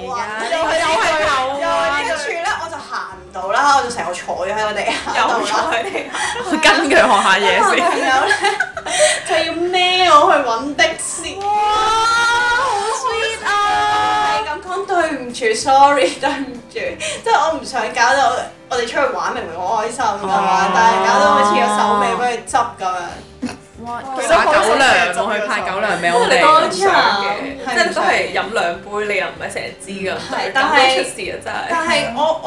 Speaker 2: 又係又係頭啊！
Speaker 4: 跟住咧，我就行唔到啦，我就成日坐咗喺我地下度
Speaker 5: 有
Speaker 4: 啦。
Speaker 5: 咗你哋，
Speaker 2: 我跟佢學下嘢
Speaker 4: 我男
Speaker 2: 先。
Speaker 4: 朋友咧就要孭我去揾的士。哇！好 sweet 啊！係咁講對唔住，sorry，對 *laughs* 唔住，即係我唔想搞到我哋出去玩，明明好開心㗎嘛
Speaker 2: 哦，
Speaker 4: 但係搞到好似個手尾俾佢執咁樣。
Speaker 2: 哇！打狗糧，我去派狗糧俾我
Speaker 5: 因為
Speaker 2: 哋
Speaker 5: 你都。想嘅，
Speaker 4: 係
Speaker 5: 即係都係飲兩杯，你又唔係成日知㗎，
Speaker 4: 係但
Speaker 5: 但
Speaker 4: 係
Speaker 5: 係出事啊真係。
Speaker 4: 但係我我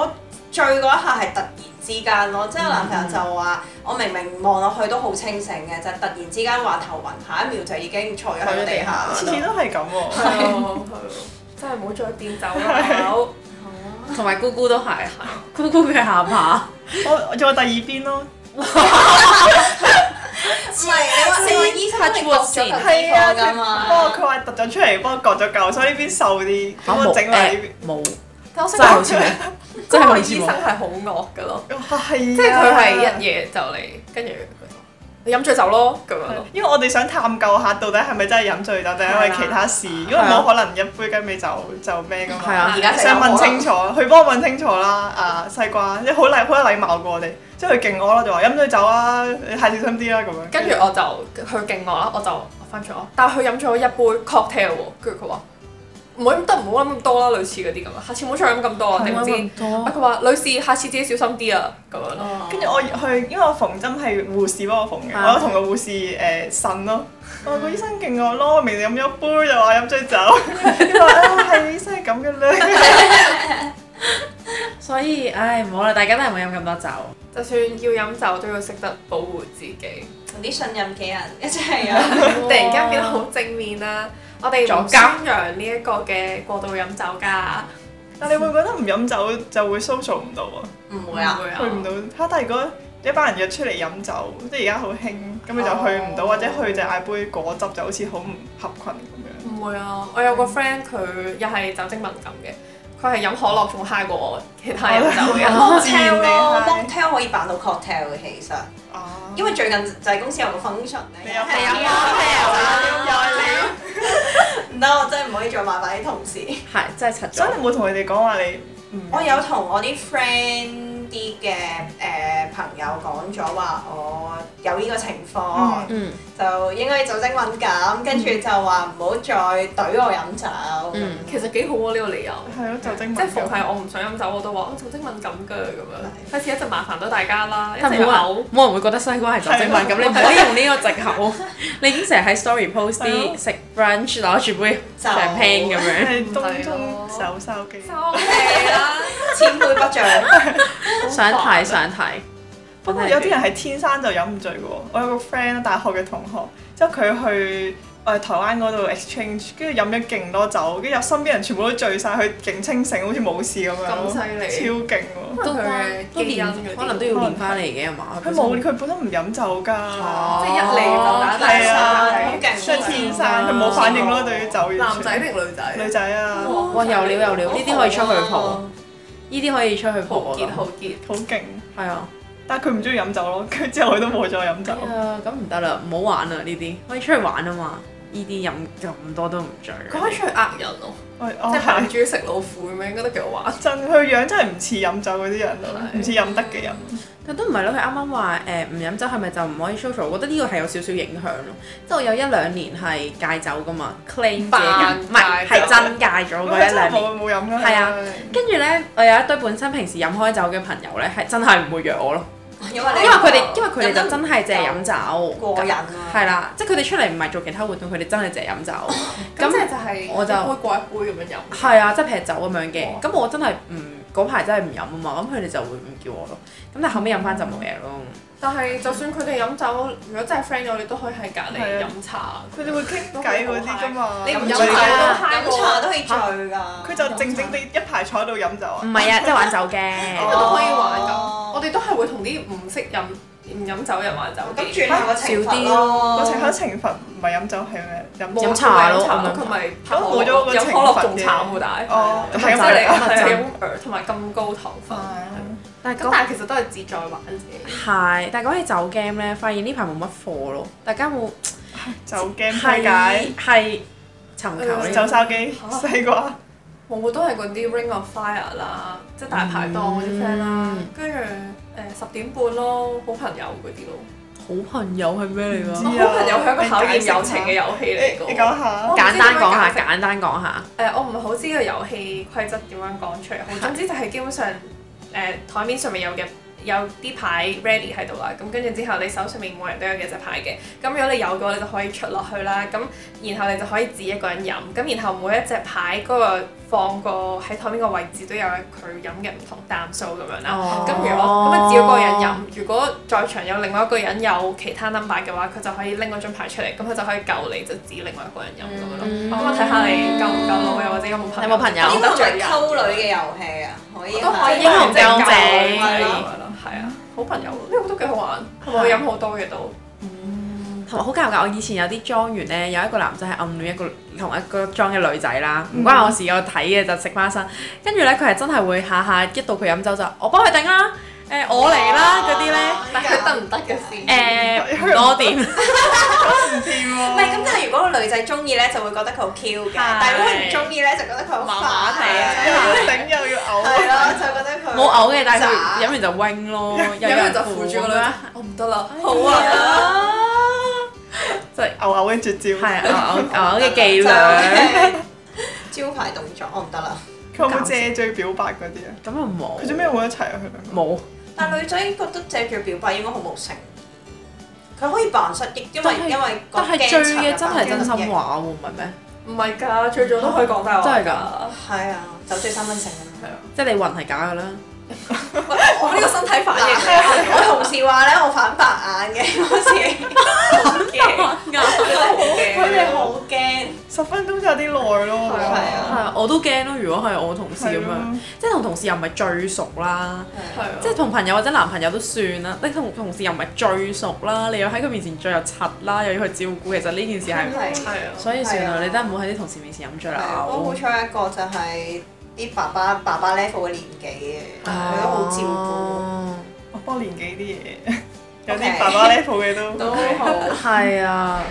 Speaker 4: 醉嗰一下係突然之間咯，即係我男朋友就話我明明望落去都好清醒嘅，就突然之間話頭暈，下一秒就已經坐咗喺地下
Speaker 3: 次
Speaker 4: 嗰
Speaker 3: 次
Speaker 4: 度。
Speaker 3: 都係咁喎。
Speaker 5: 係喎，真係唔好再變酒啦，
Speaker 2: 同埋姑姑都係，姑姑嘅下巴。
Speaker 3: 我我做第二邊咯，
Speaker 4: 唔係你話你話醫生係割咗個脂肪㗎
Speaker 3: 不過
Speaker 4: 嘛？
Speaker 3: 佢話突咗出嚟，幫我割咗嚿，所以呢邊瘦啲，
Speaker 2: 嚇
Speaker 3: 咁
Speaker 2: 冇
Speaker 3: 我整埋呢
Speaker 2: 誒
Speaker 3: 邊。
Speaker 2: 冇，
Speaker 5: 但我識
Speaker 2: 真係好似你，真係
Speaker 5: 嗰個
Speaker 2: 好
Speaker 5: 醫
Speaker 2: 似
Speaker 5: 生
Speaker 2: 冇。
Speaker 5: 係好惡㗎咯，
Speaker 3: 哇係啊，
Speaker 5: 即係佢係一夜就嚟，跟住佢話你飲醉酒咯咁樣咯。
Speaker 3: 因為我哋想探究下到底係咪真係飲醉酒，定係因為其他事？因為冇可能一杯雞尾酒就咩噶
Speaker 2: 係
Speaker 3: 嘛。
Speaker 2: 啊
Speaker 5: 而家
Speaker 3: 想問清楚，佢幫我問清楚啦。啊，西瓜，即係好禮好有禮貌過我哋，即係佢勁我啦，就話飲醉酒啊，你太小心啲啦咁樣。
Speaker 5: 跟住我就佢勁我啦，我就我翻咗屋，但係佢飲咗一杯 cocktail 喎，跟住佢話唔好飲得唔好飲咁多啦，類似嗰啲咁啊，下次唔好再飲咁多啊，定唔知啊佢話女士下次自己小心啲啊咁樣咯，
Speaker 3: 跟住我去，因為我縫針係護士幫我縫嘅，
Speaker 2: 啊
Speaker 3: 我有同個護士誒呻咯。我話個醫生勁啊我咯，我明明飲咗杯就話飲醉酒，佢話啊係醫生係咁嘅咧。
Speaker 2: 所以唉，唔好啦，大家都係唔好飲咁多酒。
Speaker 5: 就算要飲酒都要識得保護自己。
Speaker 4: 同啲信任嘅人一齊啊！
Speaker 5: 突然間變得好正面啦，我哋唔宣揚呢一個嘅過度飲酒㗎，
Speaker 3: 但你會覺得唔飲酒就會 social 唔到啊？
Speaker 4: 唔會啊！
Speaker 5: 會啊
Speaker 3: 去唔到嚇！但係如果一班人約出嚟飲酒，即係而家好興，咁你就去唔到，或者去就嗌杯果汁，就好似好唔合群咁
Speaker 5: 唔會啊！我有個 friend 佢又係酒精敏感嘅，佢係飲可樂仲 high 過我其他飲酒嘅。 *laughs*
Speaker 4: mocktail 咯
Speaker 3: 自然地
Speaker 4: ，mocktail 可以扮到 cocktail 嘅其實，
Speaker 3: 樣。啊！
Speaker 4: 因為最近就係公司有個 function 咧，
Speaker 3: 你有
Speaker 4: 係
Speaker 3: 你有
Speaker 4: 唔得，我真係唔可以再麻煩啲同事。
Speaker 2: 係真係柒
Speaker 3: 所以
Speaker 2: 咗。
Speaker 3: 你冇同佢哋講話你唔
Speaker 4: 我有同我啲 friend 啲嘅誒朋友講咗話，我有呢個情況，
Speaker 2: 嗯
Speaker 4: 就應該酒精敏感，跟住就話唔好再懟我飲酒。
Speaker 2: 嗯
Speaker 5: 其實幾好啊呢個理由，
Speaker 3: 係咯酒精敏
Speaker 5: 即係
Speaker 3: 感
Speaker 5: 逢係我唔想飲酒我都話我酒精敏感㗎咁樣，
Speaker 4: 係
Speaker 5: 費事一陣麻煩到大家啦，一
Speaker 2: 但
Speaker 5: 陣
Speaker 2: 冇啊
Speaker 5: 又
Speaker 2: 人
Speaker 5: 嘔。
Speaker 2: 冇人會覺得西瓜係酒精
Speaker 5: 啊
Speaker 2: 敏感，你唔可以用呢個藉口。你已經成日喺 story post 啲食 brunch 攞住杯
Speaker 4: 酒
Speaker 2: champagne 咁樣。
Speaker 3: 係
Speaker 5: 唔係
Speaker 3: 東
Speaker 5: 咯
Speaker 3: 中手收機。
Speaker 5: OK 啦，
Speaker 4: 千杯不醉，
Speaker 2: *laughs* 想
Speaker 5: 啊
Speaker 2: 睇想睇，
Speaker 3: 不過有啲人係天生就飲唔醉嘅喎。我有個 friend 啊大學嘅同學，之後佢去誒台灣嗰度 exchange，跟住飲咗勁多酒，跟住身邊人全部都醉晒，佢勁清醒，好似冇事咁樣咯。
Speaker 5: 咁犀利
Speaker 3: 超勁
Speaker 5: 都
Speaker 3: 喎！
Speaker 2: 都
Speaker 5: 關
Speaker 2: 都
Speaker 5: 啊基因嗰
Speaker 2: 練，
Speaker 5: 啲
Speaker 2: 可能都要練翻嚟嘅係嘛？
Speaker 3: 佢冇，佢本身唔飲酒㗎。
Speaker 5: 即係一嚟就打
Speaker 2: 哦
Speaker 5: 大
Speaker 3: 係啊
Speaker 5: 晒，好勁
Speaker 3: 即係天生佢冇反應咯，對於酒完全
Speaker 5: 哦男仔定女仔？
Speaker 3: 女仔啊，
Speaker 2: 哇！有料有料，呢啲可以出去蒲，
Speaker 4: 哦
Speaker 2: 呢啲可以出去蒲
Speaker 5: 好
Speaker 2: 啊
Speaker 5: 結！啊好結，
Speaker 3: 好勁！
Speaker 2: 係啊，
Speaker 3: 但 *laughs* 係佢唔中意飲酒咯，跟住之後佢都冇再飲酒
Speaker 5: 啊
Speaker 2: 哎。呀咁唔得啦，唔好玩啦呢啲，可以出去玩啊嘛！呢啲飲咁多都唔醉。
Speaker 5: 佢可以出去呃人咯，
Speaker 3: 喂，
Speaker 5: 即
Speaker 3: 哦
Speaker 5: 係扮
Speaker 3: 係，
Speaker 5: 豬食老虎咁樣，應該都幾好玩。
Speaker 3: 真佢樣真係唔似飲酒嗰啲人咯，唔似飲得嘅人。
Speaker 2: 但都唔係咯，佢啱啱話誒唔飲酒係咪就唔可以 social？我覺得呢個係有少少影響咯。即係我有一兩年係戒酒噶嘛，claim 自
Speaker 5: 扮
Speaker 2: 己唔係
Speaker 5: 戒酒
Speaker 2: 係真戒咗
Speaker 3: 咁
Speaker 2: 嗰
Speaker 3: 佢
Speaker 2: 一
Speaker 3: 真
Speaker 2: 兩
Speaker 3: 係
Speaker 2: 年。
Speaker 3: 冇冇飲㗎。
Speaker 2: 係啊跟住咧，我有一堆本身平時飲開酒嘅朋友咧，係真係唔會約我咯，
Speaker 4: 因
Speaker 2: 因
Speaker 4: 為
Speaker 2: 為佢哋因為佢哋就
Speaker 4: 真
Speaker 2: 真係淨係飲酒，
Speaker 4: 過癮啊
Speaker 2: 係啦，即係佢哋出嚟唔係做其他活動，佢哋真係淨係飲酒。
Speaker 5: 咁即係就係
Speaker 2: 我就
Speaker 5: 一杯過一杯咁樣飲。
Speaker 2: 係啊，即係劈酒咁樣嘅。咁我真係唔嗰排真係唔飲啊嘛，咁佢哋就會唔叫我咯。咁但後尾飲翻就冇嘢咯。
Speaker 5: 但係就算佢哋飲酒，如果真係 friend 咗，你都可以喺隔離
Speaker 2: 啊
Speaker 5: 飲茶。
Speaker 3: 佢哋會傾偈嗰啲㗎嘛。
Speaker 4: 你唔
Speaker 5: 飲
Speaker 4: 醉
Speaker 5: 酒都
Speaker 4: 啊，
Speaker 5: 嗨過
Speaker 4: 飲茶都可以醉㗎。
Speaker 3: 佢就靜靜地一排坐喺度飲酒啊
Speaker 2: 唔。係啊，即係玩酒
Speaker 5: *laughs* 我
Speaker 2: 嘅。
Speaker 4: Ờ.
Speaker 5: 都可以玩㗎。
Speaker 4: 哦
Speaker 5: 我哋都係會同啲唔識飲唔飲酒嘅人玩酒
Speaker 2: 嗯
Speaker 5: 嘅。
Speaker 4: 咁轉下個懲
Speaker 2: 少啲
Speaker 4: 罰
Speaker 2: 咯
Speaker 4: 咯
Speaker 3: 我。情口懲罰唔係飲酒係咩？飲
Speaker 5: 嗯冇
Speaker 2: 飲茶咯
Speaker 5: 飲茶
Speaker 2: 我
Speaker 5: 咯，
Speaker 2: 諗
Speaker 5: 佢咪
Speaker 3: 咁哦冇咗個
Speaker 5: 飲
Speaker 3: 懲
Speaker 5: 可樂
Speaker 3: 罰
Speaker 5: 仲
Speaker 3: 嘅
Speaker 5: 慘喎，但係
Speaker 3: 哦，
Speaker 5: 即
Speaker 3: 係咁
Speaker 5: 係
Speaker 3: 嚟
Speaker 5: 你
Speaker 3: 㗎。
Speaker 5: 係
Speaker 3: 係啊啊
Speaker 5: 咁同埋咁高頭髮。
Speaker 2: 但係
Speaker 5: 咁
Speaker 2: 嗰
Speaker 5: 但係其實都係自在玩啫。
Speaker 2: 係，但係講起酒 game 咧，發現呢排冇乜貨咯。大家冇
Speaker 3: 就驚推
Speaker 2: 係
Speaker 3: 解，
Speaker 2: 係尋求呢
Speaker 3: 就手機
Speaker 5: 嚇
Speaker 3: 西瓜。
Speaker 5: 我都係嗰啲 Ring of Fire 啦，即係大排檔嗰啲 friend 啦，
Speaker 2: 嗯
Speaker 5: 跟住誒十點半咯，好朋友嗰啲咯。
Speaker 2: 好朋友係咩嚟
Speaker 5: 好
Speaker 2: 㗎？
Speaker 5: 朋
Speaker 3: 啊
Speaker 5: 友係一個考驗友情嘅遊戲
Speaker 3: 你
Speaker 5: 嚟㗎喎。哦
Speaker 3: 你講下
Speaker 5: 我唔知點樣
Speaker 2: 簡單講下，
Speaker 5: 解釋
Speaker 2: 簡單講下。
Speaker 5: 誒、我唔係好知個遊戲規則點樣講出嚟，好總之就係基本上誒台、面上面有嘅有啲牌 ready 喺度啦，咁跟住之後你手上面每人都有幾隻牌嘅，咁如果你有嘅話，你就可以出落去啦，咁然後你就可以自己一個人飲，咁然後每一隻牌嗰個放個喺台面個位置都有佢飲嘅唔同啖數咁樣啦。
Speaker 2: 哦
Speaker 5: 咁如果咁啊，只要嗰個人飲，如果在場有另外一個人有其他 number 嘅話，佢就可以拎嗰張牌出嚟，咁佢就可以救你，就指另外一個人飲咁樣咯。咁我睇下你夠唔夠腦，又或者有冇朋友？
Speaker 2: 有冇朋友
Speaker 4: 呢個
Speaker 5: 得罪
Speaker 4: 係
Speaker 5: 人
Speaker 4: 溝女嘅遊戲啊，可以
Speaker 5: 都可以
Speaker 2: 英雄
Speaker 5: 係
Speaker 2: 救
Speaker 5: 係
Speaker 2: 美
Speaker 5: 咯係啊，好朋友呢個都幾好玩，同埋我飲好多嘅 *laughs* 都。
Speaker 2: 同埋好尷尬，我以前有啲莊園咧，有一個男仔係暗戀一個同一個莊嘅女仔啦，唔關我事，我睇嘅就食花生。跟住咧，佢係真係會下下一到佢飲酒就我幫佢頂啦，誒、我嚟啦嗰啲咧，
Speaker 4: 但
Speaker 5: 係得唔得嘅
Speaker 2: 誒、
Speaker 4: 先
Speaker 2: 唔多點，
Speaker 4: 唔係咁，但係如果個女仔中意咧，就會覺得佢好 Q 嘅；但係如果佢唔中意咧，就覺得佢好
Speaker 5: 麻麻
Speaker 4: 煩
Speaker 5: 地啊
Speaker 4: 係
Speaker 3: 又
Speaker 4: 啊
Speaker 3: 要頂又要
Speaker 4: 係
Speaker 3: 嘔，
Speaker 4: 咯，就覺得佢
Speaker 2: 冇嘔嘅，但係佢
Speaker 4: 渣
Speaker 2: 飲完就 wing 咯，有
Speaker 5: 有
Speaker 2: 人
Speaker 5: 人就扶住個女
Speaker 2: 咁樣
Speaker 5: 仔，我唔得啦，好
Speaker 2: 好
Speaker 5: 啊。
Speaker 2: 啊，係嘔嘔
Speaker 3: 嘔嘔嘅絕招。
Speaker 4: *laughs*
Speaker 2: 嘅伎
Speaker 4: 就
Speaker 2: 倆，
Speaker 4: 係招牌動作，我唔得啦。
Speaker 3: 佢有冇借醉表白嗰啲啊？
Speaker 2: 咁又冇，
Speaker 3: 佢做咩冇一齊啊？佢兩個
Speaker 2: 冇，
Speaker 4: 但係女仔覺得借住表白應該好無情，佢可以扮失憶，因為
Speaker 2: 但係
Speaker 4: 因為個
Speaker 2: 但係
Speaker 4: 驚
Speaker 2: 醉
Speaker 4: 賊
Speaker 2: 嘅真係
Speaker 4: 啊
Speaker 2: 真
Speaker 4: 扮
Speaker 2: 心
Speaker 4: 驚
Speaker 2: 話喎，唔係咩？
Speaker 5: 唔係㗎，最早都可以講大話啊
Speaker 2: 真係㗎
Speaker 4: 係啊，酒醉三分醒咁樣。
Speaker 2: 即係你暈係假㗎啦，
Speaker 4: 喂我呢個身體反應，我同事話咧，我反白眼嘅嗰時，好驚，
Speaker 5: 啊
Speaker 4: 佢哋好驚。
Speaker 3: 十分鐘就有啲耐咯。
Speaker 5: 係啊
Speaker 2: 係啊，我都驚咯，如果係我同事咁
Speaker 3: 係咯
Speaker 2: 樣，即係同同事又唔係最熟啦。
Speaker 5: 係啊，
Speaker 2: 即係同朋友或者男朋友都算啦，你同同事又唔係最熟啦，你又喺佢面前最又柒啦，又要去照顧，其實呢件事係，
Speaker 5: 係啊。
Speaker 2: 所以算
Speaker 4: 係
Speaker 2: 啦，
Speaker 4: 啊
Speaker 2: 你真係唔好喺啲同事面前飲醉啦。
Speaker 4: 我好彩一個就係啲爸爸爸爸 level 嘅年紀嘅，佢都好照顧。
Speaker 2: 哦
Speaker 3: 我哦幫年紀啲嘢，有
Speaker 4: OK
Speaker 3: 啲爸爸 level 嘅都
Speaker 5: 都好。
Speaker 2: 顧。係啊，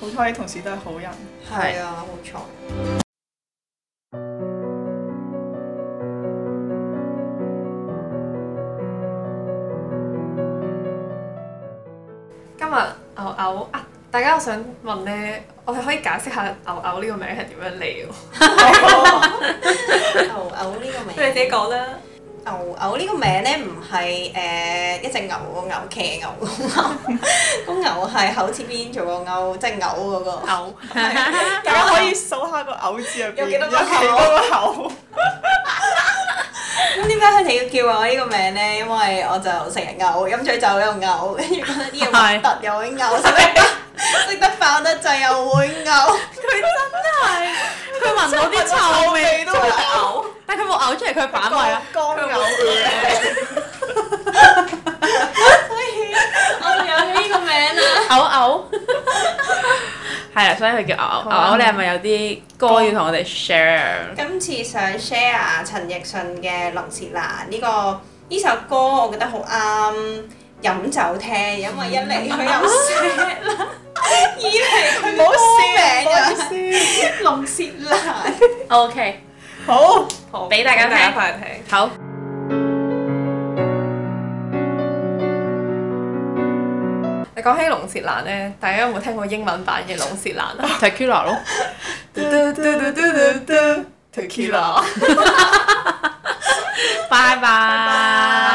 Speaker 3: 好彩啲同事都係好人。
Speaker 2: 係
Speaker 4: 係啊，好 *laughs* 彩。
Speaker 5: 今日牛牛啊，大家我想問咧，我哋可以解釋下牛牛呢個名係點樣嚟嘅喎？
Speaker 4: 牛牛呢個名，
Speaker 5: *laughs* 你自己講啦。
Speaker 4: 牛牛呢個名咧唔係誒一隻牛個牛騎牛 *laughs* 個牛，個牛係口字邊做個牛，即係牛嗰個。
Speaker 5: 牛。
Speaker 3: 大家可以數下個嘔字入邊
Speaker 4: 有幾多個
Speaker 3: 有幾多個口。
Speaker 4: 咁點解佢哋要叫我呢個名咧？因為我就成日嘔，飲醉酒又嘔，跟住覺得啲嘢核突又會嘔，食得食得飽得滯又會嘔。
Speaker 2: 佢聞到
Speaker 4: *laughs*
Speaker 2: 啲臭味
Speaker 3: 都係
Speaker 2: 嘔，但佢冇嘔出嚟，佢反胃啊啦。
Speaker 3: 乾嘔。
Speaker 4: *laughs* 我哋有咗呢個名啦。
Speaker 2: 嘔嘔， *laughs* 係啊，所以佢叫嘔嘔。嘔你係咪有啲歌要同我哋 share？
Speaker 4: 今次想 share 陳奕迅嘅《龍舌蘭》呢個呢首
Speaker 3: *laughs*
Speaker 4: 歌，我覺得好啱飲酒聽，因為一嚟佢有 sad 啦，以嚟佢
Speaker 3: 唔好
Speaker 4: 名
Speaker 3: 笑，唔
Speaker 4: 啊，
Speaker 3: 好笑。
Speaker 4: *laughs* 龍舌蘭。
Speaker 2: OK，
Speaker 3: 好，
Speaker 5: 好
Speaker 2: 俾大家聽
Speaker 5: 大家快聽。
Speaker 2: 好。
Speaker 5: 你講起龍舌蘭咧，大家有冇聽過英文版嘅龍舌蘭啊？
Speaker 2: Tequila *laughs* 咯，
Speaker 3: Tequila。
Speaker 2: 拜拜。